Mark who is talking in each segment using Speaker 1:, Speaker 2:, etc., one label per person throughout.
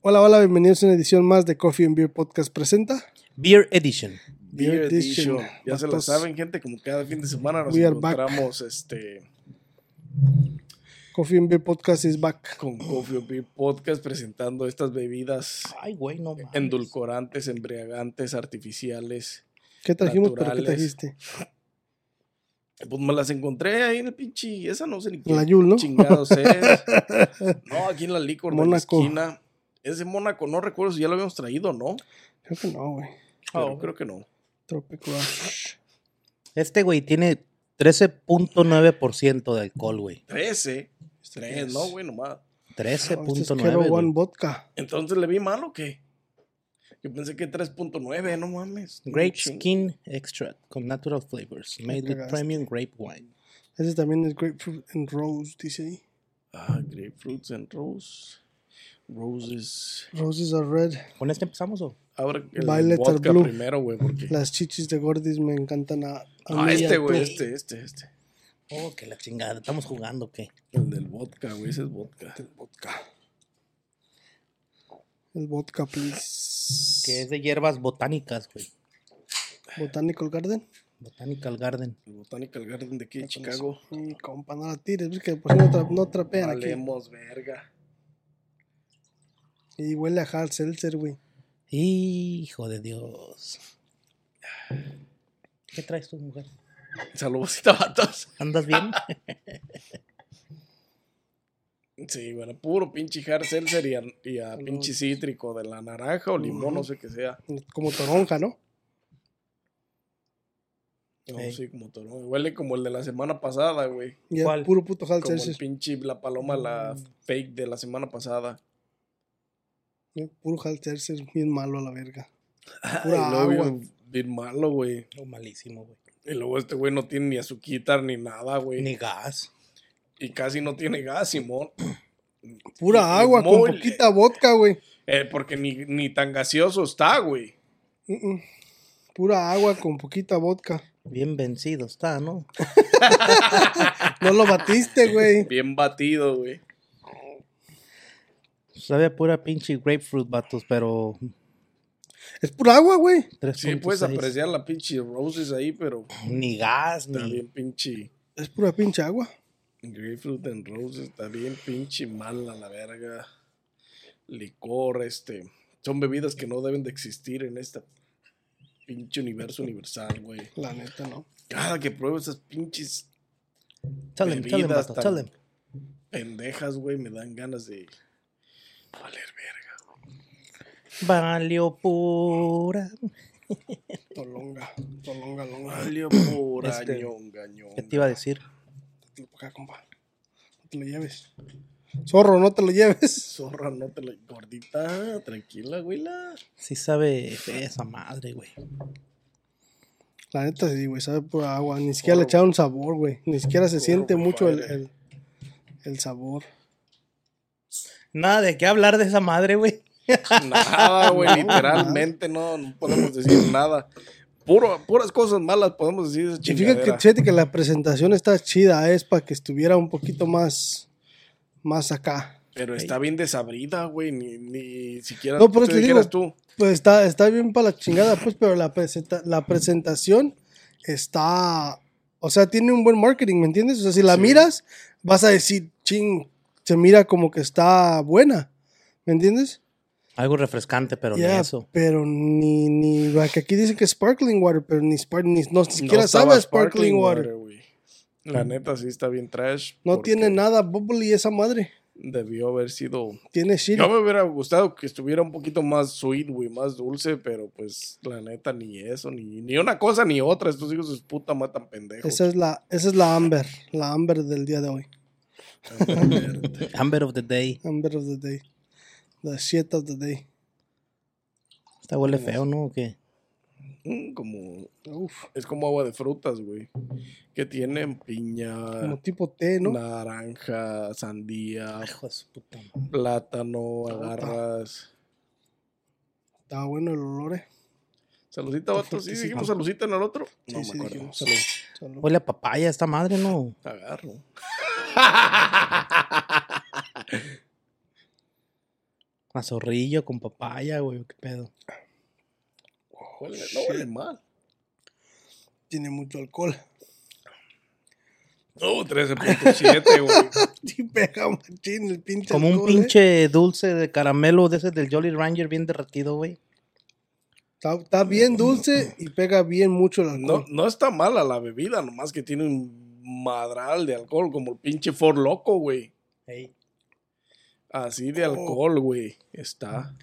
Speaker 1: Hola, hola, bienvenidos a una edición más de Coffee and Beer Podcast presenta.
Speaker 2: Beer Edition.
Speaker 1: Beer
Speaker 3: Beer Edition.
Speaker 1: Edition.
Speaker 3: Ya se lo
Speaker 1: Vatos.
Speaker 3: saben, gente, como cada fin de semana nos
Speaker 1: We are back.
Speaker 3: encontramos este,
Speaker 1: Coffee and Beer Podcast is back.
Speaker 3: con Coffee or Beer Podcast presentando estas bebidas
Speaker 2: Ay, güey, no mames.
Speaker 3: endulcorantes, embriagantes, artificiales.
Speaker 1: ¿Qué trajimos? ¿Pero qué
Speaker 3: Naturales.
Speaker 1: trajiste?
Speaker 3: Pues me las encontré ahí en el pinche, esa no sé ni qué
Speaker 1: La Yul, ¿no?
Speaker 3: chingados es. No, aquí en la licor de la
Speaker 1: Mónaco.
Speaker 3: esquina. Es de Mónaco, no recuerdo si ya lo habíamos traído, ¿no?
Speaker 1: Creo que no, güey. ah,
Speaker 3: Pero
Speaker 2: Oh.
Speaker 3: creo que no.
Speaker 1: Tropical.
Speaker 2: Este güey tiene 13.9% de alcohol, güey.
Speaker 3: 13.
Speaker 1: Este
Speaker 3: 3, no, güey, nomás.
Speaker 1: No, este es Keto
Speaker 2: 13.9.
Speaker 1: One
Speaker 2: güey.
Speaker 1: Vodka.
Speaker 3: Entonces le vi mal o qué? Yo pensé que 3.9, no mames.
Speaker 2: Grape
Speaker 3: Chinga.
Speaker 2: Skin Extract con natural flavors made with
Speaker 1: cagaste.
Speaker 2: premium grape wine.
Speaker 1: Ese también es Grapefruit and Rose, dice ahí.
Speaker 3: Ah, grapefruits and rose. Roses.
Speaker 1: Roses are red.
Speaker 2: ¿Con este empezamos o?
Speaker 3: Ahora el
Speaker 1: Violets are
Speaker 3: vodka
Speaker 1: blue.
Speaker 3: primero, güey, porque...
Speaker 1: Las chichis de Gordis me encantan a, a
Speaker 3: Ah,
Speaker 1: mí y
Speaker 3: este,
Speaker 1: a
Speaker 3: güey,
Speaker 1: tú.
Speaker 3: este, este, este.
Speaker 2: Oh, que la chingada. Estamos jugando, o ¿qué?
Speaker 3: El del vodka, güey, ese es vodka.
Speaker 1: Vodka. El vodka, please.
Speaker 2: Que es de hierbas botánicas, güey.
Speaker 1: Botanical Garden.
Speaker 2: Botanical Garden.
Speaker 3: El Botanical Garden de aquí de Chicago.
Speaker 1: Y compa, no la tires, porque por si no, tra- no trapean aquí.
Speaker 3: Valemos, verga.
Speaker 1: Y huele a hard seltzer, güey.
Speaker 2: Hijo de Dios. ¿Qué traes tú, mujer?
Speaker 3: Saludcita, vatos.
Speaker 2: ¿Andas bien?
Speaker 3: Sí, bueno, puro pinche hard seltzer y a, y a pinche cítrico de la naranja o limón, no sé qué sea.
Speaker 1: Como toronja, ¿no?
Speaker 3: No,
Speaker 2: Ey.
Speaker 3: sí, como todo. Huele como el de la semana pasada, güey.
Speaker 1: Y es
Speaker 2: ¿Cuál?
Speaker 1: puro puto hard
Speaker 3: Como el
Speaker 1: seltzer. Mm.
Speaker 3: pinche, la paloma, la fake de la semana pasada.
Speaker 1: Ya, Puro hard seltzer, bien malo a la verga.
Speaker 3: Y
Speaker 1: Pura
Speaker 3: luego
Speaker 1: agua.
Speaker 3: bien- Bien malo, güey.
Speaker 2: Lo malísimo, güey.
Speaker 3: Y luego este güey no tiene ni azuquitar ni nada, güey.
Speaker 2: Ni gas.
Speaker 3: Y casi no tiene gas, Simón.
Speaker 1: Pura
Speaker 3: Y- y
Speaker 1: agua con
Speaker 3: mole.
Speaker 1: poquita vodka, güey.
Speaker 3: Eh, porque ni, ni tan gaseoso está, güey.
Speaker 1: Mm, mm. Pura agua con poquita vodka.
Speaker 2: Bien vencido está, ¿no?
Speaker 1: No lo batiste, güey.
Speaker 3: Bien batido, güey.
Speaker 2: Sabe a Pues, pura pinche grapefruit, vatos, pero
Speaker 1: Es pura agua, güey.
Speaker 2: 3.6.
Speaker 3: Sí, puedes apreciar la pinche roses ahí, pero
Speaker 2: Ni gas,
Speaker 3: está
Speaker 2: ni...
Speaker 3: bien pinche.
Speaker 1: Es pura pinche agua.
Speaker 3: Grapefruit and roses está bien pinche mala la verga. Licor, este. Son bebidas que no deben de existir en este pinche universo universal, güey.
Speaker 1: La neta, no.
Speaker 3: Cada que pruebo esas pinches
Speaker 2: Tell him, tell him,
Speaker 3: bebidas
Speaker 2: vato,
Speaker 3: tan-
Speaker 2: tell him.
Speaker 3: pendejas, güey, me dan ganas de valer verga.
Speaker 2: Valió pura.
Speaker 1: Tolonga. Tolonga, longa.
Speaker 3: Valió pura
Speaker 2: Este,
Speaker 3: ñonga, ñonga.
Speaker 2: ¿Qué te iba a decir?
Speaker 1: Dátelo pa' acá, compa. No te lo lleves. Zorro, no te lo lleves.
Speaker 3: Zorra, no te la gordita, tranquila, güeyla.
Speaker 2: Sí sabe fea esa madre, güey.
Speaker 1: La neta sí, güey, sabe pura agua. Ni siquiera le echaron sabor, güey. Ni siquiera se siente
Speaker 3: por
Speaker 1: mucho el,
Speaker 3: fuera.
Speaker 1: el, el sabor.
Speaker 2: Nada de qué hablar de esa madre, güey.
Speaker 3: Nada, güey, literalmente no, no podemos decir nada. Puro, puras cosas malas podemos decir de esa
Speaker 1: Y fíjate que,
Speaker 3: chingadera.
Speaker 1: fíjate que la presentación está chida, es para que estuviera un poquito más, más acá.
Speaker 3: Pero está bien desabrida, güey, ni, ni siquiera
Speaker 1: No, por eso
Speaker 3: tú
Speaker 1: te digo.
Speaker 3: dijeras tú.
Speaker 1: Pues está, está bien para la chingada, pues, pero la, presenta- la presentación está. O sea, tiene un buen marketing, ¿me entiendes? O sea, si la
Speaker 3: Sí.
Speaker 1: miras, vas a decir, ching, se mira como que está buena, ¿me entiendes?
Speaker 2: Algo refrescante, pero ni
Speaker 1: Ya,
Speaker 2: eso.
Speaker 1: Pero ni, ni, like, aquí dicen que sparkling water, pero ni, spar- ni no siquiera
Speaker 3: estaba
Speaker 1: sabe a sparkling water.
Speaker 3: güey. La neta sí está bien trash.
Speaker 1: No
Speaker 3: porque
Speaker 1: tiene nada bubbly esa madre.
Speaker 3: Debió haber sido
Speaker 1: Tiene shit.
Speaker 3: Yo me hubiera gustado que estuviera un poquito más sweet, güey, más dulce, pero pues la neta ni eso, ni, ni una cosa ni otra. Estos hijos de su puta matan pendejos.
Speaker 1: Esa es la, esa es la Amber, la Amber del día de hoy.
Speaker 2: Amber of the Day.
Speaker 1: Amber of the day. The shit of the day.
Speaker 2: Esta huele feo, ¿no? ¿O qué?
Speaker 3: Mm, como,
Speaker 1: Uf,
Speaker 3: es como agua de frutas, güey. Que tienen piña,
Speaker 1: como tipo té, ¿no?
Speaker 3: naranja, sandía,
Speaker 2: Hijo de su puta madre.
Speaker 3: plátano, agarras.
Speaker 1: Está bueno el olor, eh.
Speaker 3: Salucita, vato. Sí,
Speaker 1: fuertísimo.
Speaker 3: dijimos salucita en el otro. No
Speaker 1: sí,
Speaker 3: me acuerdo.
Speaker 1: dijimos.
Speaker 3: Salud.
Speaker 1: Salud.
Speaker 2: Huele a papaya esta madre, ¿no?
Speaker 3: Agarro.
Speaker 2: Mazorrillo con papaya, güey, qué pedo.
Speaker 3: Huele- no huele mal.
Speaker 1: Tiene mucho alcohol.
Speaker 3: No, 13.7, güey.
Speaker 1: Sí, pega machín el pinche
Speaker 2: Como un
Speaker 1: alcohol, eh.
Speaker 2: pinche dulce de caramelo de ese del Jolly Ranger bien derretido, güey.
Speaker 1: Está, está bien dulce y pega bien mucho el
Speaker 3: No,
Speaker 1: alcohol.
Speaker 3: no está mala la bebida, nomás que tiene un madral de alcohol, como el pinche For Loco, güey. Así
Speaker 1: Oh.
Speaker 3: de alcohol, güey. Está.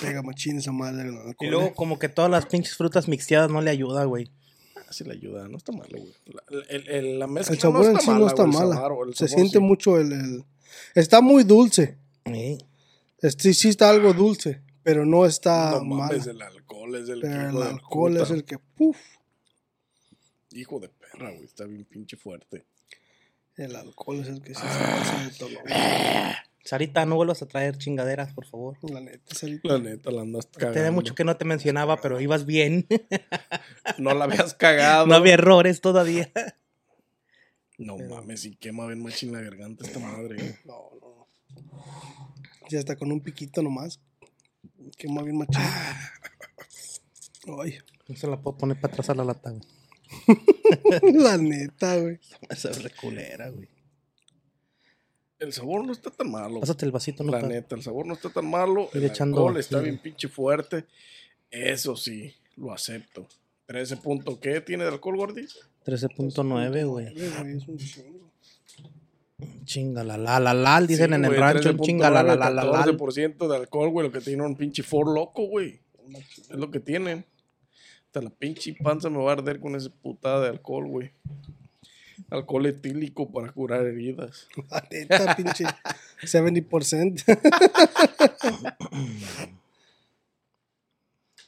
Speaker 1: Pega machín esa madre el alcohol.
Speaker 2: Y luego
Speaker 1: eh.
Speaker 2: como que todas las pinches frutas mixteadas no le ayuda, güey.
Speaker 3: Así ah, le ayuda, no está malo, güey. La, el- el- la mezcla
Speaker 1: el sabor
Speaker 3: no
Speaker 1: en
Speaker 3: está
Speaker 1: sí
Speaker 3: mala.
Speaker 1: no está
Speaker 3: güey, el
Speaker 1: mala.
Speaker 3: sabor- el
Speaker 1: Se
Speaker 3: sabor
Speaker 1: siente
Speaker 3: sí.
Speaker 1: mucho el, el- Está muy dulce.
Speaker 2: Ey.
Speaker 1: Es- Sí, sí está algo dulce, pero no está
Speaker 3: No
Speaker 1: ah, mala.
Speaker 3: mames, el alcohol es el que.
Speaker 1: Pero
Speaker 3: hijo
Speaker 1: el
Speaker 3: de
Speaker 1: alcohol es
Speaker 3: puta.
Speaker 1: el que... Puf,
Speaker 3: Hijo de perra, güey. Está bien pinche fuerte.
Speaker 1: el alcohol es el que sí se pasa de
Speaker 3: Ah.
Speaker 1: todo.
Speaker 2: Sarita, no vuelvas a traer chingaderas, por favor.
Speaker 1: La neta, es el-
Speaker 3: La neta, la andas cagando.
Speaker 2: Tenía mucho que no te mencionaba, pero ibas bien.
Speaker 3: No la habías cagado.
Speaker 2: no había errores todavía.
Speaker 3: No mames, y quema bien machín la garganta esta madre. güey.
Speaker 1: No, no. Sí, hasta con un piquito nomás. Quema bien machín. Ay,
Speaker 2: No se la puedo poner para atrás a la lata, güey.
Speaker 1: la neta, güey.
Speaker 2: Esa es reculera, güey.
Speaker 3: El sabor no está tan malo. güey.
Speaker 2: Pásate el vasito, no
Speaker 3: La
Speaker 2: pa-
Speaker 3: neta, el sabor no está tan malo.
Speaker 2: Ir
Speaker 3: El
Speaker 2: echando
Speaker 3: alcohol está
Speaker 2: bajillo.
Speaker 3: bien pinche fuerte. Eso sí, lo acepto. 13 punto, ¿qué tiene de alcohol, Gordy?
Speaker 2: 13.9, güey.
Speaker 1: Ay, güey, es un chingo.
Speaker 2: Chinga la la la la, dicen en el rancho. Chinga la la la la la.
Speaker 3: 14% de alcohol, güey, lo que tiene un pinche Ford loco, güey. Es lo que tienen. Hasta la pinche panza me va a arder con esa putada de alcohol, güey. Alcohol etílico para curar heridas.
Speaker 1: La neta, pinche 70%.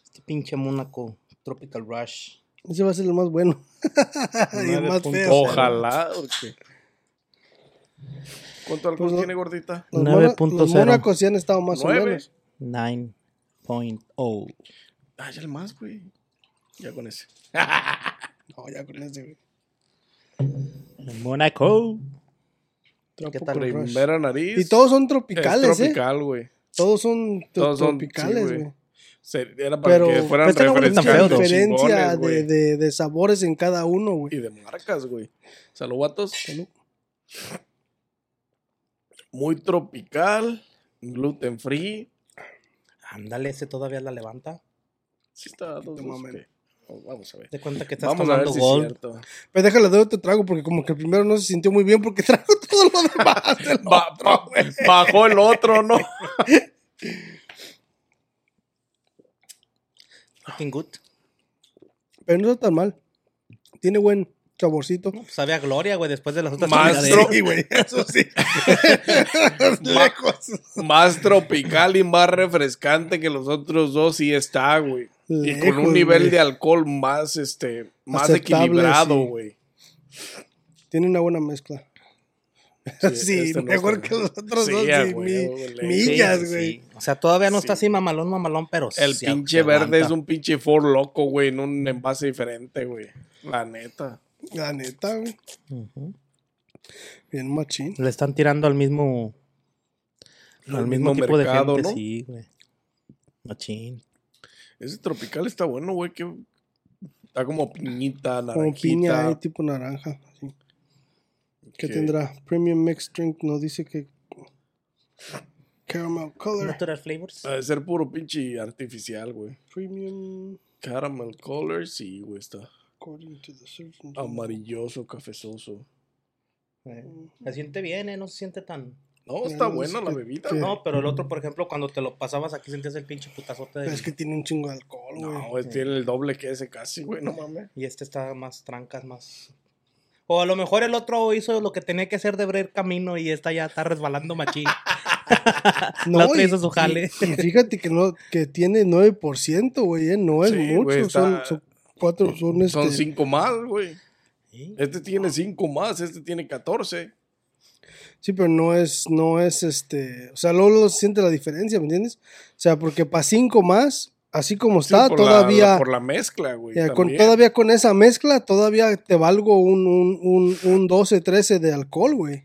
Speaker 2: Este pinche Mónaco Tropical Rush.
Speaker 1: Ese va a ser el más bueno. y el más
Speaker 2: 9.0.
Speaker 1: feo.
Speaker 3: Ojalá, porque... ¿Cuánto alcohol
Speaker 1: Pues,
Speaker 3: tiene, gordita?
Speaker 1: Los mona-
Speaker 2: 9.0.
Speaker 1: Los monacos sí han estado más o
Speaker 3: ¿Nueve?
Speaker 1: menos.
Speaker 2: 9.0.
Speaker 3: Ah, ya el más, güey. Ya con ese.
Speaker 1: No, ya con ese, güey.
Speaker 2: El Mónaco. ¿Qué
Speaker 1: Tropical
Speaker 2: tal,
Speaker 1: Rush.
Speaker 3: Primera nariz.
Speaker 1: Y todos son
Speaker 3: es
Speaker 1: tropicales, ¿eh?
Speaker 3: tropical, güey.
Speaker 1: Todos son tro-
Speaker 3: Todos son-
Speaker 1: tropicales,
Speaker 3: sí,
Speaker 1: güey.
Speaker 3: güey. Se- Era para
Speaker 1: Pero pues
Speaker 3: que fueran
Speaker 2: este no huele tan
Speaker 3: referencias
Speaker 2: feo,
Speaker 1: la
Speaker 2: Pero
Speaker 3: de
Speaker 1: diferencia
Speaker 3: chingones, güey.
Speaker 1: de, de, de sabores en cada uno, güey.
Speaker 3: Y de marcas, güey. Salubatos.
Speaker 1: Salud.
Speaker 3: Muy tropical. Gluten free.
Speaker 2: Ándale, ese todavía la levanta.
Speaker 3: Sí está. dos, dos,
Speaker 1: mames.
Speaker 3: ok. Oh, Vamos a ver.
Speaker 2: Te cuenta que estás
Speaker 3: Vamos a ver
Speaker 2: tomando
Speaker 3: si es
Speaker 2: gol.
Speaker 3: cierto.
Speaker 1: Pero déjala de Pues otro trago porque como que el primero no se sintió muy bien porque trajo todo lo demás. del
Speaker 3: Ba- ba- bajó el otro, ¿no?
Speaker 2: Fucking good.
Speaker 1: Pero no está tan mal. Tiene buen saborcito.
Speaker 2: Sabe a gloria, güey, después de las otras
Speaker 3: Más
Speaker 2: chingaderas.
Speaker 3: tro-
Speaker 1: güey, eso sí.
Speaker 3: Lejos. Más tropical y más refrescante que los otros dos sí está, güey. Y con
Speaker 1: Lejos,
Speaker 3: un nivel
Speaker 1: güey.
Speaker 3: de alcohol más, este, más
Speaker 1: Aceptable,
Speaker 3: equilibrado,
Speaker 1: sí.
Speaker 3: güey.
Speaker 1: Tiene una buena mezcla. Sí,
Speaker 3: este no
Speaker 1: mejor
Speaker 3: está-
Speaker 1: que los otros
Speaker 3: Sí,
Speaker 1: dos.
Speaker 3: a
Speaker 1: sí,
Speaker 3: huevo,
Speaker 1: mi-
Speaker 3: güey.
Speaker 2: Sí,
Speaker 1: millas,
Speaker 2: sí.
Speaker 1: güey.
Speaker 2: O sea, todavía no está
Speaker 3: Sí.
Speaker 2: así mamalón, mamalón, pero
Speaker 3: El
Speaker 2: sí
Speaker 3: pinche
Speaker 2: aguanta.
Speaker 3: verde es un pinche Ford loco, güey, en un envase diferente, güey. La neta.
Speaker 1: La neta, güey.
Speaker 2: Ujú.
Speaker 1: Bien machín.
Speaker 2: Le están tirando al mismo. Al,
Speaker 3: Al
Speaker 2: mismo,
Speaker 3: mismo
Speaker 2: tipo
Speaker 3: mercado,
Speaker 2: de gente,
Speaker 3: ¿no?
Speaker 2: sí, güey. Machín.
Speaker 3: Ese tropical está bueno, güey, que está como piñita,
Speaker 1: Como piña, eh,
Speaker 3: naranjita.
Speaker 1: tipo naranja. sí. ¿Qué
Speaker 3: Ok.
Speaker 1: tendrá? Premium Mixed Drink nos dice que. Caramel Color.
Speaker 2: Natural flavors.
Speaker 3: Ha de ser puro pinche artificial, güey.
Speaker 1: Premium.
Speaker 3: Caramel color, sí, güey, está
Speaker 1: According to the search engine.
Speaker 3: amarilloso, cafezoso.
Speaker 2: Se siente bien, ¿eh? No se siente tan.
Speaker 3: No, está
Speaker 1: No, no
Speaker 3: buena
Speaker 1: sé
Speaker 3: la
Speaker 1: qué-
Speaker 3: bebida,
Speaker 1: qué-
Speaker 3: ¿no?
Speaker 2: No, pero el otro, por ejemplo, cuando te lo pasabas aquí sentías el pinche putazote.
Speaker 1: Pero
Speaker 2: del-
Speaker 1: es que tiene un chingo de alcohol, güey.
Speaker 3: No, es- tiene el doble que ese casi, güey, no mames.
Speaker 2: Y este está más trancas, más. O a lo mejor el otro hizo lo que tenía que hacer de abrir camino y esta ya está resbalando machín.
Speaker 1: No,
Speaker 2: La otra
Speaker 1: y-
Speaker 2: hizo su jale.
Speaker 1: Y, y fíjate que no que tiene 9%, güey, eh, no es
Speaker 3: Sí, güey,
Speaker 1: mucho, son,
Speaker 3: está- eh,
Speaker 1: son cuatro, son este, Ah.
Speaker 3: Son cinco más, güey.
Speaker 2: Sí.
Speaker 3: Este tiene cinco más, este tiene 14.
Speaker 1: Sí, pero no es no es este, o sea, luego, luego se siente la diferencia, ¿me entiendes? O sea, porque para cinco más, así como
Speaker 3: Sí,
Speaker 1: está
Speaker 3: por la-
Speaker 1: todavía
Speaker 3: la- por la mezcla, güey.
Speaker 1: ya, con,
Speaker 3: también.
Speaker 1: todavía con esa mezcla todavía te valgo un un, un, un 12, 13 de alcohol, güey.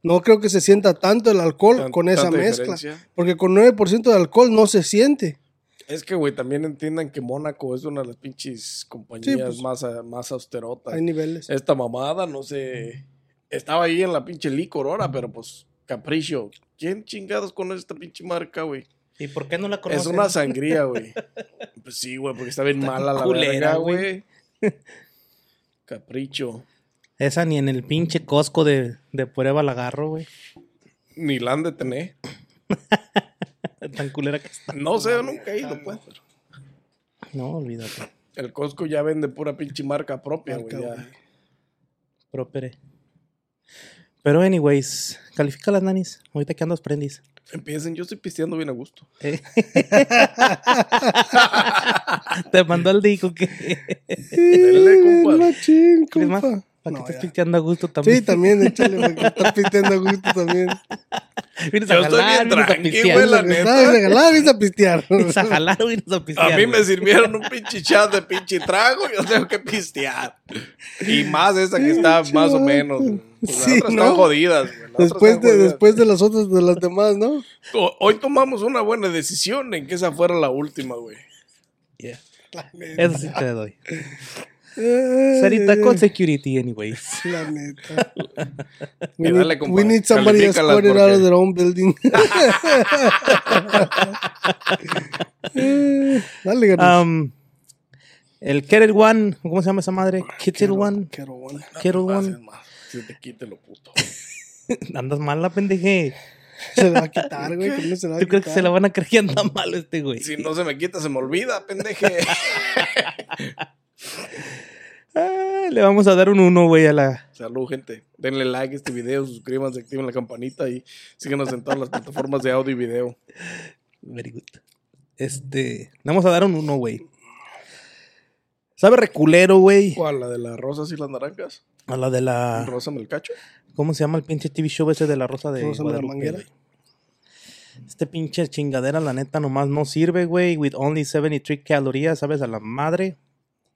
Speaker 1: No creo que se sienta tanto el alcohol
Speaker 3: Tan-
Speaker 1: con esa
Speaker 3: tanta
Speaker 1: mezcla.
Speaker 3: diferencia.
Speaker 1: Porque con 9% de alcohol no se siente.
Speaker 3: Es que, güey, también entiendan que Mónaco es una de las pinches compañías
Speaker 1: Sí, pues.
Speaker 3: más, a- más austerotas.
Speaker 1: Hay niveles.
Speaker 3: Esta mamada, no sé. Estaba ahí en la pinche licor ahora, pero pues, capricho. ¿Quién chingados conoce esta pinche marca, güey?
Speaker 2: ¿Y por qué no la
Speaker 3: Es
Speaker 2: conoces?
Speaker 3: una sangría, güey. Pues sí, güey, porque está bien
Speaker 2: Está
Speaker 3: mala la
Speaker 2: culera,
Speaker 3: verga,
Speaker 2: güey.
Speaker 3: güey. Capricho.
Speaker 2: Esa ni en el pinche Costco de, de prueba la agarro, güey.
Speaker 3: Ni la han de tener.
Speaker 2: Tan culera que está.
Speaker 3: No sé, nunca he ido, pues. pero
Speaker 2: No, olvídate.
Speaker 3: El Costco ya vende pura pinche marca propia, güey.
Speaker 1: Marca,
Speaker 3: ya.
Speaker 1: güey.
Speaker 2: Propere. Pero, anyways, califica las nanis. Ahorita que andas prendis.
Speaker 3: Empiecen, yo estoy pisteando bien a gusto.
Speaker 2: Eh. Te mandó el dico que.
Speaker 3: Dele, compa.
Speaker 1: El Eh, machín,
Speaker 2: Es
Speaker 1: compa.
Speaker 2: más,
Speaker 1: No,
Speaker 2: para que
Speaker 1: ya.
Speaker 2: estés pisteando a gusto también.
Speaker 1: Sí, también, échale, porque está pisteando a gusto también.
Speaker 2: Vienes
Speaker 3: Yo
Speaker 2: a
Speaker 3: estoy
Speaker 2: jalar,
Speaker 3: bien
Speaker 2: vienes a
Speaker 3: tranqui,
Speaker 2: pistear.
Speaker 3: güey, la
Speaker 1: Vienes a
Speaker 3: neta.
Speaker 1: gastar, vienes a jalar, vienes a pistear.
Speaker 2: Vienes a jalar, vienes a pistear.
Speaker 3: A mí me
Speaker 2: güey.
Speaker 3: sirvieron un pinche chat de pinche trago, yo tengo que pistear. Y más esa que está
Speaker 1: Pinche
Speaker 3: más o
Speaker 1: vato.
Speaker 3: menos. güey. Pues Las
Speaker 1: Sí,
Speaker 3: otras
Speaker 1: ¿no?
Speaker 3: están jodidas, güey. Las otras
Speaker 1: Después
Speaker 3: están
Speaker 1: de,
Speaker 3: jodidas.
Speaker 1: después de las otras, de las demás, ¿no?
Speaker 3: Ho- Hoy tomamos una buena decisión en que esa fuera la última, güey.
Speaker 2: Yeah. Eso sí te doy. Sarita
Speaker 1: Sarita
Speaker 2: con security, anyways.
Speaker 1: Eh, La neta.
Speaker 3: Eh,
Speaker 1: We
Speaker 3: dale,
Speaker 1: need,
Speaker 3: compa,
Speaker 1: we need somebody
Speaker 3: califícalas
Speaker 1: escorted out of
Speaker 3: porque-
Speaker 1: their own building. Eh, dale, ganas.
Speaker 2: Um, el Kettle One, ¿cómo se llama esa madre? Kettle One.
Speaker 1: Quiero una.
Speaker 2: Kettle
Speaker 3: Más
Speaker 2: One.
Speaker 3: es más. Se te quite lo puto.
Speaker 2: Andas mal la pendeje.
Speaker 1: Se la va a quitar, güey. ¿Cómo se la va a
Speaker 2: ¿Tú crees que se
Speaker 1: quitar?
Speaker 2: la van a creer que anda mal este güey?
Speaker 3: Si no se me quita, se me olvida, pendeje.
Speaker 2: Ah, le vamos a dar un uno, güey, a la.
Speaker 3: Salud, gente. Denle like a este video, suscríbanse, activen la campanita y síganos en todas las plataformas de audio y video.
Speaker 2: Very good. Este. Le vamos a dar un uno, güey. ¿Sabe reculero, güey?
Speaker 3: ¿Cuál? ¿La de las rosas y las naranjas?
Speaker 2: A la de
Speaker 1: Ah.
Speaker 2: la.
Speaker 3: ¿Rosa Melcacho?
Speaker 2: ¿Cómo se llama el pinche TV show ese de la Rosa de
Speaker 1: Rosa de la
Speaker 2: Guadalupe,
Speaker 1: Manguera.
Speaker 2: güey? Este pinche chingadera, la neta, nomás no sirve, güey. With only 73 calorías, ¿sabes? A la madre.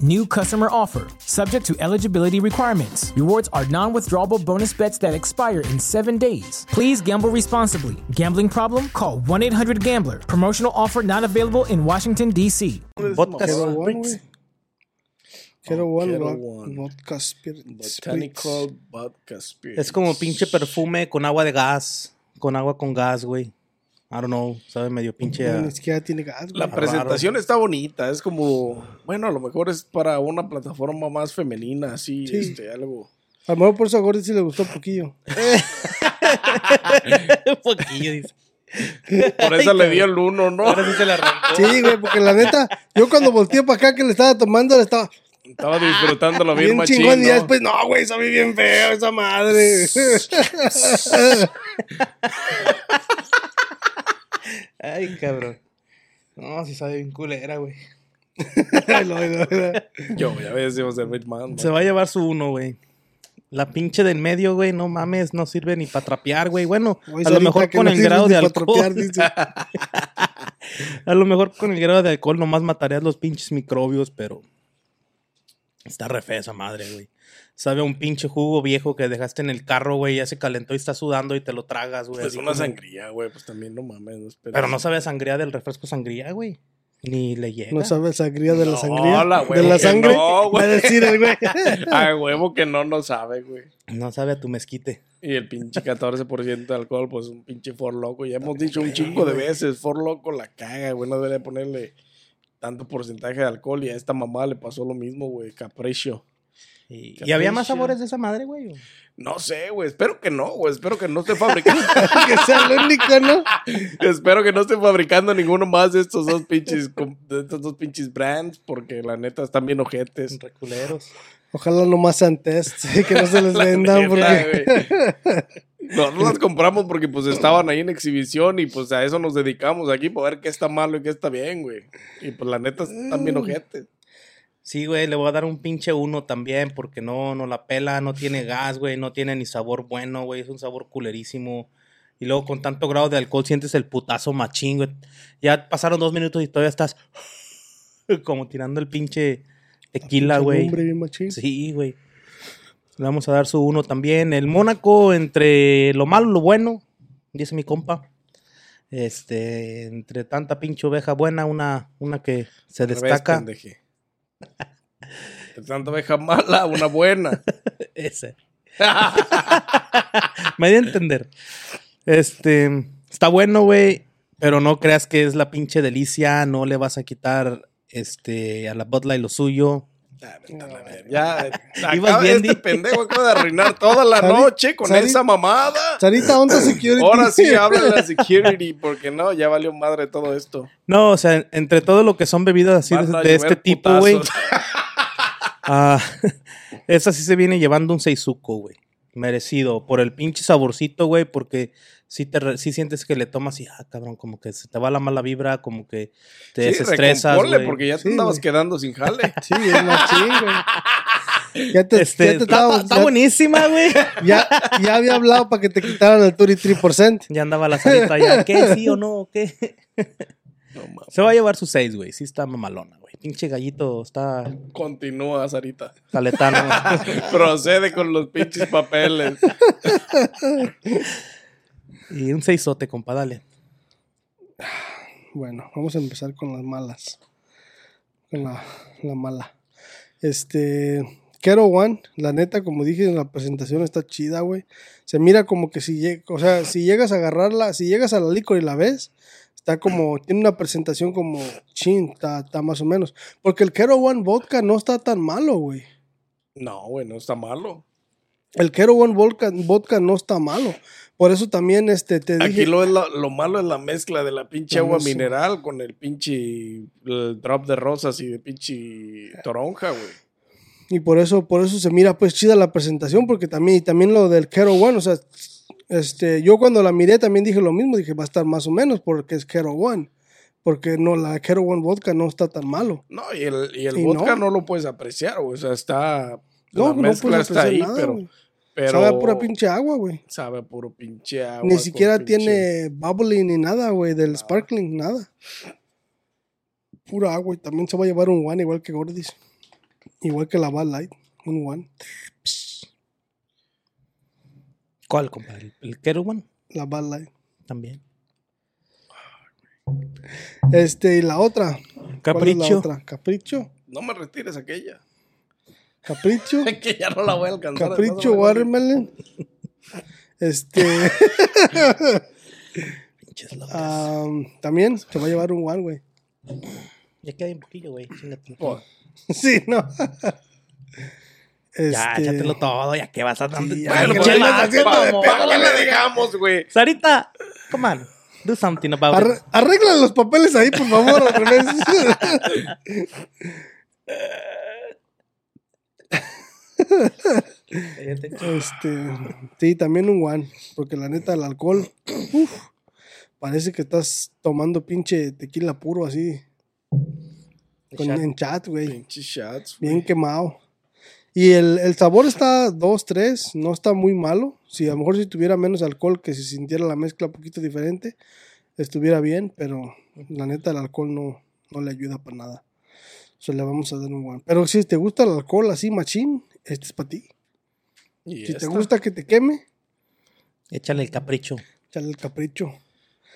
Speaker 4: New customer offer, subject to eligibility requirements. Rewards are non withdrawable bonus bets that expire in seven days. Please gamble responsibly. Gambling problem? Call 1 800 Gambler. Promotional offer not available in Washington, D.C.
Speaker 1: Pues,
Speaker 2: Vodka.
Speaker 1: Quiero one, güey.
Speaker 3: Spritz.
Speaker 1: Quiero one,
Speaker 3: quiero
Speaker 1: vo-
Speaker 3: Oh, one.
Speaker 1: Vodka Spirit.
Speaker 3: Botanical Vodka Spirit.
Speaker 2: Es como pinche perfume con agua de gas. Con agua con gas, güey. I don't know. Sabe medio pinche. a-
Speaker 1: Ni siquiera tiene gas, güey.
Speaker 3: La presentación está bonita, es como, bueno, a lo mejor es para una plataforma más femenina, así,
Speaker 1: Sí.
Speaker 3: este, algo.
Speaker 1: A lo mejor por eso a Gordy sí le gustó un poquillo.
Speaker 2: Poquillo, dice.
Speaker 3: Por eso le dio el uno, ¿no?
Speaker 2: Ahora sí se la arrancó.
Speaker 1: Sí, güey, porque la neta, yo cuando volteé para acá que le estaba tomando, le estaba
Speaker 3: Estaba disfrutándolo bien,
Speaker 1: bien
Speaker 3: machín,
Speaker 1: chingón y ya
Speaker 3: ¿no?
Speaker 1: después, no, güey, sabe bien feo esa madre.
Speaker 2: Ay, cabrón. No, sí sabe bien culera, güey.
Speaker 1: Ay, lo, lo, lo.
Speaker 3: Yo, ya ves, íbamos a ser Bitman.
Speaker 2: Se va a llevar su uno, güey. La pinche del medio, güey, no mames, no sirve ni para trapear, güey. Bueno,
Speaker 1: Güey,
Speaker 2: a lo
Speaker 1: Sarita,
Speaker 2: mejor
Speaker 1: que
Speaker 2: con
Speaker 1: no
Speaker 2: el
Speaker 1: sirves
Speaker 2: grado
Speaker 1: ni
Speaker 2: de
Speaker 1: pa' tropear,
Speaker 2: alcohol.
Speaker 1: dice.
Speaker 2: A lo mejor con el grado de alcohol nomás matarías los pinches microbios, pero. Está re fea esa madre, güey. Sabe a un pinche jugo viejo que dejaste en el carro, güey, ya se calentó y está sudando y te lo tragas, güey.
Speaker 3: Pues
Speaker 2: así
Speaker 3: una
Speaker 2: como-
Speaker 3: sangría, güey, pues también no mames. No esperes.
Speaker 2: Pero no sabe a sangría del refresco sangría, güey. Ni le llega.
Speaker 1: No sabe sangría de la
Speaker 3: No,
Speaker 1: sangría.
Speaker 3: la
Speaker 1: de
Speaker 3: huevo
Speaker 1: la
Speaker 3: que
Speaker 1: sangre.
Speaker 3: no, güey.
Speaker 1: va a decir el güey.
Speaker 3: Ay, huevo que no, no sabe, güey.
Speaker 2: No sabe a tu mezquite.
Speaker 3: Y el pinche 14% de alcohol, pues un pinche for loco. Ya hemos dicho un chingo de veces, for loco la caga, güey. No debería ponerle tanto porcentaje de alcohol y a esta mamá le pasó lo mismo, güey, capricho.
Speaker 2: Y, y había más
Speaker 3: Capricho.
Speaker 2: sabores de esa madre, güey. o?
Speaker 3: No sé, güey, espero que no, güey, espero que no esté fabricando,
Speaker 1: que sea el único, ¿no?
Speaker 3: espero que no esté fabricando ninguno más de estos dos pinches, com- de estos dos pinches brands, porque la neta están bien ojetes.
Speaker 2: Reculeros.
Speaker 1: Ojalá nomás antes, sí, que no se
Speaker 2: Pues
Speaker 1: les
Speaker 3: La
Speaker 1: vendan,
Speaker 3: neta,
Speaker 1: porque
Speaker 3: güey. Nosotros las compramos porque pues estaban ahí en exhibición y pues a eso nos dedicamos aquí para ver qué está malo y qué está bien, güey. Y pues la neta están
Speaker 2: Mm,
Speaker 3: bien ojetes.
Speaker 2: Sí, güey, le voy a dar un pinche uno también porque no, no la pela, no tiene gas, güey, no tiene ni sabor bueno, güey, es un sabor culerísimo. Y luego con tanto grado de alcohol sientes el putazo machín, güey. Ya pasaron dos minutos y todavía estás como tirando el pinche tequila, güey.
Speaker 1: Hombre, bien machín.
Speaker 2: Sí, güey. Le vamos a dar su uno también. El Mónaco, entre lo malo y lo bueno, dice mi compa. Este, entre tanta pinche oveja buena, una, una que se
Speaker 3: Al revés,
Speaker 2: destaca.
Speaker 3: pendeje. De Tanta oveja mala, una buena.
Speaker 2: Ese. Me di a entender. Este, está bueno, güey, pero no creas que es la pinche delicia, no le vas a quitar este a la Bud Light lo suyo.
Speaker 3: Ah, vete a la verga. Ya,
Speaker 2: Ibas
Speaker 3: acaba
Speaker 2: bien,
Speaker 3: este
Speaker 2: di.
Speaker 3: pendejo acaba de arruinar toda la
Speaker 1: Sari,
Speaker 3: noche con
Speaker 1: Sari.
Speaker 3: esa mamada.
Speaker 1: Sarita, ¿dónde security?
Speaker 3: Ahora sí habla de la security, porque no, ya valió madre todo esto.
Speaker 2: No, o sea, entre todo lo que son bebidas así
Speaker 3: Van
Speaker 2: de,
Speaker 3: a
Speaker 2: de este
Speaker 3: llover
Speaker 2: tipo, güey,
Speaker 3: putazos.
Speaker 2: ah, esa sí se viene llevando un seisuco, güey. Merecido por el pinche saborcito, güey, porque si te re- sí sientes que le tomas y ah, cabrón, como que se te va la mala vibra, como que te
Speaker 3: Sí,
Speaker 2: desestresas,
Speaker 3: recomponle,
Speaker 2: güey.
Speaker 3: porque ya te
Speaker 1: Sí,
Speaker 3: andabas
Speaker 1: güey.
Speaker 3: quedando sin jale.
Speaker 1: Sí, es machín, güey. Ya te,
Speaker 2: Este,
Speaker 1: ya te
Speaker 2: está,
Speaker 1: estaba-
Speaker 2: está
Speaker 1: ya-
Speaker 2: buenísima, güey.
Speaker 1: ya, ya había hablado para que te quitaran el 33%.
Speaker 2: Ya andaba la salita ya. ¿Qué? ¿Sí o no? ¿Qué?
Speaker 3: No mames.
Speaker 2: Se va a llevar su seis, güey. Sí está mamalona, güey. Pinche gallito está
Speaker 3: Continúa, Sarita.
Speaker 2: caletano.
Speaker 3: Procede con los pinches papeles.
Speaker 2: y un seisote, compadale.
Speaker 1: Bueno, vamos a empezar con las malas. Con la, la mala. Este. Kero One, la neta, como dije en la presentación, está chida, güey. Se mira como que si, lleg- o sea, si llegas a agarrarla, si llegas a la licor y la ves, está como, tiene una presentación como chin, está, está más o menos. Porque el Kero One Vodka no está tan malo, güey.
Speaker 3: No, güey, no está malo.
Speaker 1: El Kero One Vodka, vodka no está malo. Por eso también este, te dije.
Speaker 3: Aquí lo, es la- lo malo es la mezcla de la pinche
Speaker 1: La
Speaker 3: agua
Speaker 1: mezcla.
Speaker 3: mineral con el pinche el drop de rosas y de pinche toronja, güey.
Speaker 1: Y por eso, por eso se mira pues chida la presentación, porque también, y también lo del Kero One, o sea, este, yo cuando la miré también dije lo mismo, dije va a estar más o menos porque es Kero One, porque no, la Kero One vodka no está tan malo.
Speaker 3: No, y el, y el
Speaker 1: Y
Speaker 3: vodka
Speaker 1: no.
Speaker 3: no. lo puedes apreciar, güey. O sea, está.
Speaker 1: No,
Speaker 3: la
Speaker 1: no puedes
Speaker 3: mezcla está
Speaker 1: apreciar
Speaker 3: ahí,
Speaker 1: nada,
Speaker 3: pero.
Speaker 1: güey.
Speaker 3: pero
Speaker 1: Sabe a pura pinche agua, güey.
Speaker 3: sabe a puro pinche agua.
Speaker 1: Ni
Speaker 3: con
Speaker 1: siquiera
Speaker 3: pinche-
Speaker 1: tiene bubbly ni nada, güey, del sparkling, nada. Pura agua y también se va a llevar un one igual que Gordis. Igual que la Bad Light, un one.
Speaker 2: ¿Cuál, compadre? El Kerouan
Speaker 1: La Bad Light.
Speaker 2: también.
Speaker 1: Este, y la otra. ¿Cuál es la
Speaker 2: Capricho.
Speaker 1: otra? Capricho.
Speaker 3: No me retires aquella.
Speaker 1: Capricho.
Speaker 3: que ya no la voy a alcanzar. Más o
Speaker 1: Capricho
Speaker 3: menos.
Speaker 1: Watermelon. Este.
Speaker 2: Pinches locas.
Speaker 1: am, también se va a llevar un one, güey.
Speaker 2: Ya queda un poquillo, güey. Chingate.
Speaker 3: Pues,
Speaker 1: Sí, no. Este,
Speaker 2: Ya, échatelo todo. Ya que vas a dar.
Speaker 1: Sí, ya,
Speaker 3: Bueno,
Speaker 1: Ay,
Speaker 3: pues,
Speaker 1: qué
Speaker 3: la
Speaker 1: más,
Speaker 3: hacemos de
Speaker 2: mamón.
Speaker 3: pedo, la dejamos, güey.
Speaker 2: Sarita, come on. Do something about it.
Speaker 1: arre- arregla los papeles ahí, por favor, al revés.
Speaker 2: Cállate.
Speaker 1: Este, sí, también un one. Porque la neta, el alcohol. uf, parece que estás tomando pinche tequila puro así. Con,
Speaker 2: Shot.
Speaker 1: en chat, güey.
Speaker 3: Pinche shots. güey.
Speaker 1: Bien quemado. Y el, el sabor está 2, 3, no está muy malo. Si a lo mejor si tuviera menos alcohol, que si sintiera la mezcla un poquito diferente, estuviera bien, pero la neta el alcohol no, no le ayuda para nada. Se le vamos a dar un one. Pero si te gusta el alcohol así, machín, este es para ti.
Speaker 3: Y
Speaker 1: Si te
Speaker 3: esta,
Speaker 1: gusta que te queme,
Speaker 2: Échale el capricho.
Speaker 1: échale el capricho.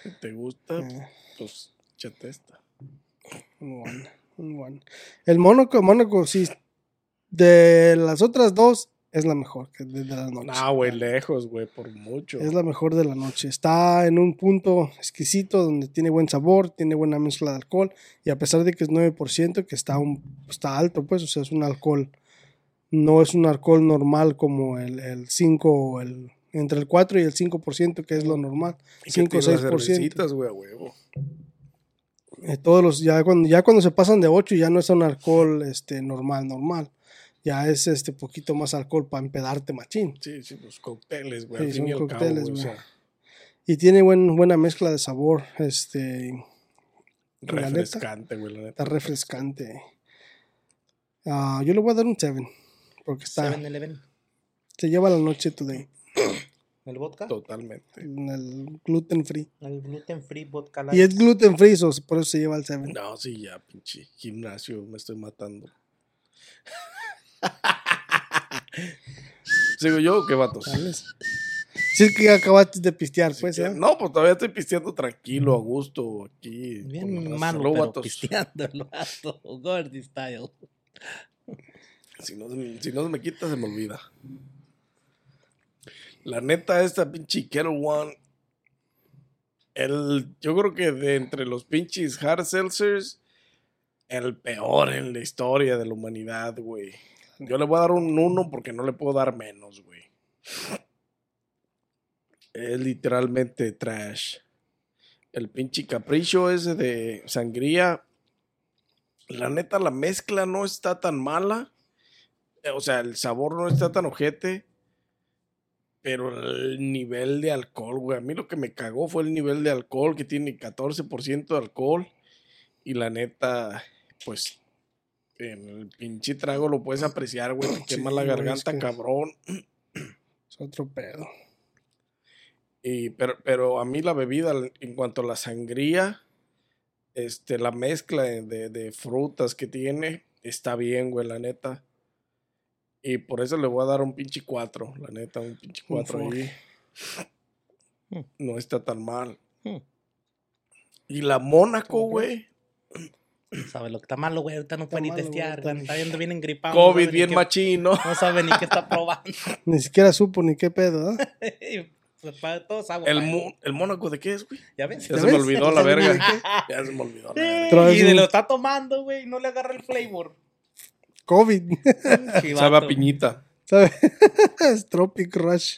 Speaker 3: si te gusta,
Speaker 1: Eh.
Speaker 3: pues échate esta.
Speaker 1: Un one, un one. El Mónaco, Mónaco, sí. De las otras dos, es la mejor que de, de la noche.
Speaker 3: No, güey, lejos, güey, por mucho.
Speaker 1: Es la mejor de la noche. Está en un punto exquisito donde tiene buen sabor, tiene buena mezcla de alcohol. Y a pesar de que es 9%, que está, un, está alto, pues, o sea, es un alcohol. No es un alcohol normal como el, el 5 o el. Entre el 4 y el 5%, que es lo normal.
Speaker 3: Y que
Speaker 1: 5 o
Speaker 3: tiene las
Speaker 1: 6%.
Speaker 3: cervecitas, güey, a huevo.
Speaker 1: Eh, todos los, ya, cuando, ya cuando se pasan de 8, ya no es un alcohol este, normal, normal. Ya es este poquito más alcohol para empedarte, machín.
Speaker 3: Sí, sí, pues cócteles, güey.
Speaker 1: Sí,
Speaker 3: al fin
Speaker 1: son
Speaker 3: y al cabo,
Speaker 1: cócteles,
Speaker 3: güey, o
Speaker 1: güey.
Speaker 3: sea,
Speaker 1: Y tiene buen, buena mezcla de sabor. Este, La neta.
Speaker 3: refrescante, güey, la neta.
Speaker 1: Está refrescante. Ah, yo le voy a dar un 7. Porque está.
Speaker 2: 7-Eleven.
Speaker 1: Se lleva la noche today.
Speaker 2: ¿El vodka?
Speaker 3: Totalmente.
Speaker 1: en El gluten free.
Speaker 2: El gluten free vodka.
Speaker 1: Y es gluten free, so por eso se lleva el 7.
Speaker 3: No, sí, ya, pinche gimnasio, me estoy matando. Sigo yo, o ¿qué vatos?
Speaker 1: Si es que ya acabaste de pistear, pues, ¿eh?
Speaker 3: No, pues todavía estoy pisteando tranquilo, a gusto, aquí. con la
Speaker 2: Bien
Speaker 3: raza.
Speaker 2: malo,
Speaker 3: Luego,
Speaker 2: pero
Speaker 3: vatos,
Speaker 2: pisteando el vato. Gordy style.
Speaker 3: Si no, se- si no se me quita, se me olvida. La neta, esta pinche Kettle One. El, yo creo que de entre los pinches hard seltzers, el peor en la historia de la humanidad, güey. Yo le voy a dar un 1 porque no le puedo dar menos, güey. Es literalmente trash. El pinche capricho ese de sangría. La neta, la mezcla no está tan mala. Eh, O sea, el sabor no está tan ojete. Pero el nivel de alcohol, güey. A mí lo que me cagó fue el nivel de alcohol, que tiene 14% de alcohol. Y la neta, pues, en el pinche trago lo puedes apreciar, güey. Te
Speaker 1: Sí,
Speaker 3: quema la
Speaker 1: güey, es
Speaker 3: garganta,
Speaker 1: que-
Speaker 3: cabrón.
Speaker 1: Es otro pedo.
Speaker 3: Y, pero, pero a mí la bebida, en cuanto a la sangría, este, la mezcla de, de- de frutas que tiene, está bien, güey, la neta. Y por eso le voy a dar un pinche 4, la neta, un pinche
Speaker 1: Un
Speaker 3: 4 ahí.
Speaker 2: Hmm.
Speaker 3: No está tan mal.
Speaker 2: Hmm.
Speaker 3: Y la Mónaco,
Speaker 1: ¿Cómo crees?
Speaker 3: güey.
Speaker 2: Sabe lo que está malo, güey. Ahorita no puede ni
Speaker 1: malo, güey,
Speaker 2: testear.
Speaker 1: está
Speaker 2: güey, Está viendo bien
Speaker 1: Ah,
Speaker 2: engripado. no sabe
Speaker 3: COVID
Speaker 2: ni
Speaker 3: bien
Speaker 2: qué-
Speaker 3: machino.
Speaker 2: No sabe ni qué está probando.
Speaker 1: Ni siquiera supo ni qué pedo, ¿eh?
Speaker 2: Pues, para todos agua.
Speaker 3: El,
Speaker 2: para él.
Speaker 3: Mo- ¿El Mónaco de qué es, güey?
Speaker 2: ¿Ya ves?
Speaker 3: Ya
Speaker 1: ¿Ya
Speaker 3: se me
Speaker 1: ves?
Speaker 3: olvidó
Speaker 1: ¿Ya
Speaker 3: la
Speaker 1: se me
Speaker 3: verga.
Speaker 1: olvidó
Speaker 3: Ya se me olvidó la verga.
Speaker 1: Traes
Speaker 2: Sí, Y de
Speaker 1: un-
Speaker 2: lo está tomando, güey. No le agarra el flavor.
Speaker 1: COVID.
Speaker 3: Sabe a piñita.
Speaker 1: ¿Sabes? es Tropic Rush.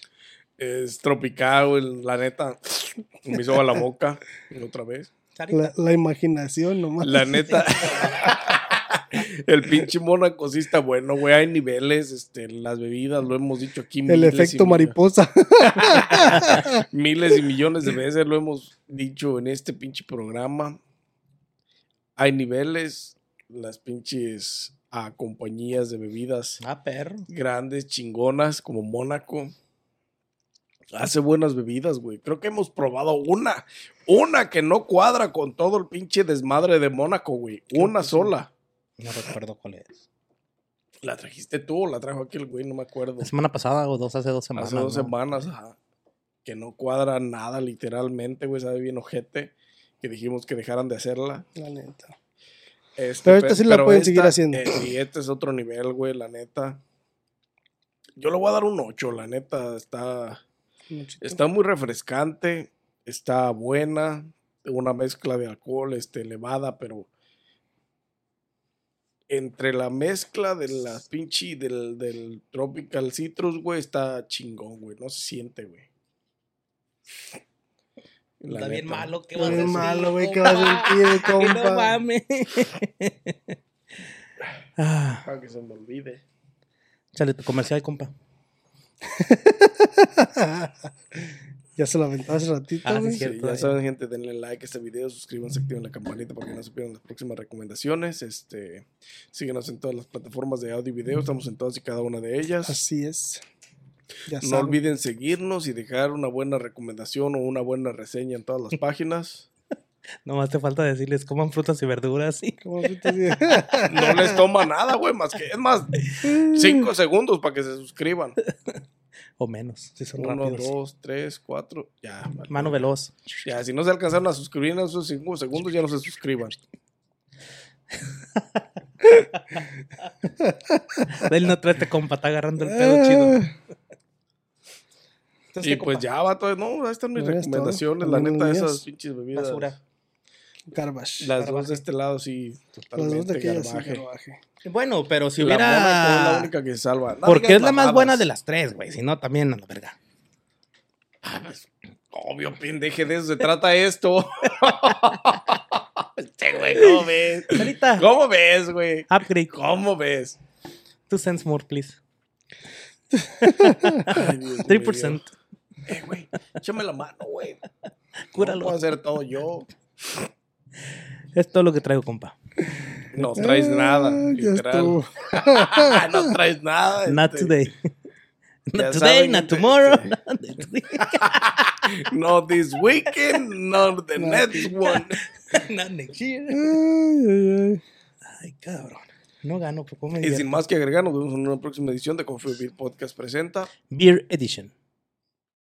Speaker 3: Es tropical, güey, la neta. Me hizo a la boca otra vez.
Speaker 1: La, la imaginación nomás.
Speaker 3: La neta. El pinche Mónaco sí está bueno, güey. Hay niveles, este, las bebidas, lo hemos dicho aquí.
Speaker 1: el
Speaker 3: miles y
Speaker 1: efecto
Speaker 3: millones-
Speaker 1: mariposa.
Speaker 3: Miles y millones de veces lo hemos dicho en este pinche programa. Hay niveles, las pinches a compañías de bebidas
Speaker 2: Ah, perro.
Speaker 3: grandes, chingonas, como Mónaco. Hace buenas bebidas, güey. Creo que hemos probado una. Una que no cuadra con todo el pinche desmadre de Mónaco, güey. Una sola.
Speaker 2: No recuerdo cuál es.
Speaker 3: ¿La trajiste tú o la trajo aquí el güey? No me acuerdo.
Speaker 2: La semana pasada o dos, hace dos semanas.
Speaker 3: Hace dos
Speaker 2: ¿no?
Speaker 3: semanas, ajá. Que no cuadra nada, literalmente, güey. Sabe bien ojete. Que dijimos que dejaran de hacerla.
Speaker 1: La neta.
Speaker 3: Este,
Speaker 1: Pero esta
Speaker 3: pe-
Speaker 1: sí la
Speaker 3: pero
Speaker 1: pueden
Speaker 3: esta,
Speaker 1: seguir haciendo.
Speaker 3: eh, sí, este es otro nivel, güey, la neta. Yo le voy a dar un 8, la neta. Está, está muy refrescante, está buena. Una mezcla de alcohol este, elevada, pero entre la mezcla de la pinche del, del Tropical Citrus, güey, está chingón, güey. No se siente, güey. La
Speaker 2: Está bien
Speaker 3: neta.
Speaker 2: malo. ¿Qué
Speaker 1: Está
Speaker 2: va a
Speaker 1: bien
Speaker 2: sentir?
Speaker 1: malo, güey, ¿qué
Speaker 2: compa?
Speaker 1: va a sentir el
Speaker 2: Que
Speaker 1: compa?
Speaker 2: No mames. Ah,
Speaker 3: Para que se me olvide.
Speaker 2: Chale, tu comercial, compa.
Speaker 1: Ya se la aventaba hace ratito,
Speaker 2: Ah, sí,
Speaker 1: güey.
Speaker 2: sí.
Speaker 3: Sí,
Speaker 2: cierto,
Speaker 3: ya
Speaker 2: eh.
Speaker 3: saben, gente, denle like a este video, suscríbanse, activen la campanita para que no se pierdan las próximas recomendaciones. Este, síguenos en todas las plataformas de audio y video, estamos en todas y cada una de ellas.
Speaker 1: Así es. Ya
Speaker 3: No
Speaker 1: saben.
Speaker 3: olviden seguirnos y dejar una buena recomendación o una buena reseña en todas las páginas.
Speaker 2: Nomás te falta decirles, coman frutas y verduras. sí.
Speaker 1: ¿Cómo se te dice?
Speaker 3: No les toma nada, güey, más que es más 5 segundos para que se suscriban.
Speaker 2: O menos, si son
Speaker 3: 1,
Speaker 2: rápidos.
Speaker 3: 2, 3, 4, ya.
Speaker 2: Mano veloz.
Speaker 3: Ya, si no se alcanzaron a suscribir en esos 5 segundos, ya no se suscriban.
Speaker 2: Del no trae este compa, está agarrando el pedo chido.
Speaker 3: Ah.
Speaker 2: Entonces,
Speaker 3: Y
Speaker 2: este
Speaker 3: pues
Speaker 2: compa,
Speaker 3: ya, vato. No, ahí están mis
Speaker 1: Ya es todo.
Speaker 3: recomendaciones. La
Speaker 1: Muy
Speaker 3: neta,
Speaker 1: buenas.
Speaker 3: esas pinches bebidas.
Speaker 2: Basura.
Speaker 1: Garbage.
Speaker 3: Las dos de este lado, sí.
Speaker 1: Las dos
Speaker 3: Totalmente
Speaker 1: de aquellas, sí,
Speaker 3: garbaje.
Speaker 1: garbaje.
Speaker 2: Bueno, pero si
Speaker 3: la
Speaker 2: hubiera.
Speaker 3: Mónaco es la única que se salva. No
Speaker 2: Porque
Speaker 3: digas
Speaker 2: es la más
Speaker 3: mamadas.
Speaker 2: buena de las tres, güey. Si no, también a la verga.
Speaker 3: Obvio, pendeje, de eso se trata esto. Este güey, ¿cómo ves?
Speaker 2: Ahorita,
Speaker 3: ¿Cómo ves, güey?
Speaker 2: upgrade.
Speaker 3: ¿Cómo ves?
Speaker 2: Two cents more, please.
Speaker 3: Ay, Dios
Speaker 2: Three
Speaker 3: mío.
Speaker 2: percent.
Speaker 3: Eh, güey, échame la mano, güey.
Speaker 2: Cúralo.
Speaker 3: Cúralo. Puedo hacer todo yo.
Speaker 2: Es todo lo que traigo, compa.
Speaker 3: No traes nada,
Speaker 1: Ah, ya
Speaker 3: literal.
Speaker 1: estuvo.
Speaker 3: no traes nada. este.
Speaker 2: Not today.
Speaker 3: Ya
Speaker 2: Not today,
Speaker 3: saben,
Speaker 2: not
Speaker 3: gente,
Speaker 2: tomorrow.
Speaker 3: este, No this weekend, no the next one.
Speaker 2: Not next year.
Speaker 1: Ay, ay, ay.
Speaker 2: Ay, cabrón. No gano, pero ¿cómo me
Speaker 3: Y sin
Speaker 2: divierto?
Speaker 3: más que agregar, nos vemos en una próxima edición de Coffee Beer Podcast presenta.
Speaker 2: Beer Edition.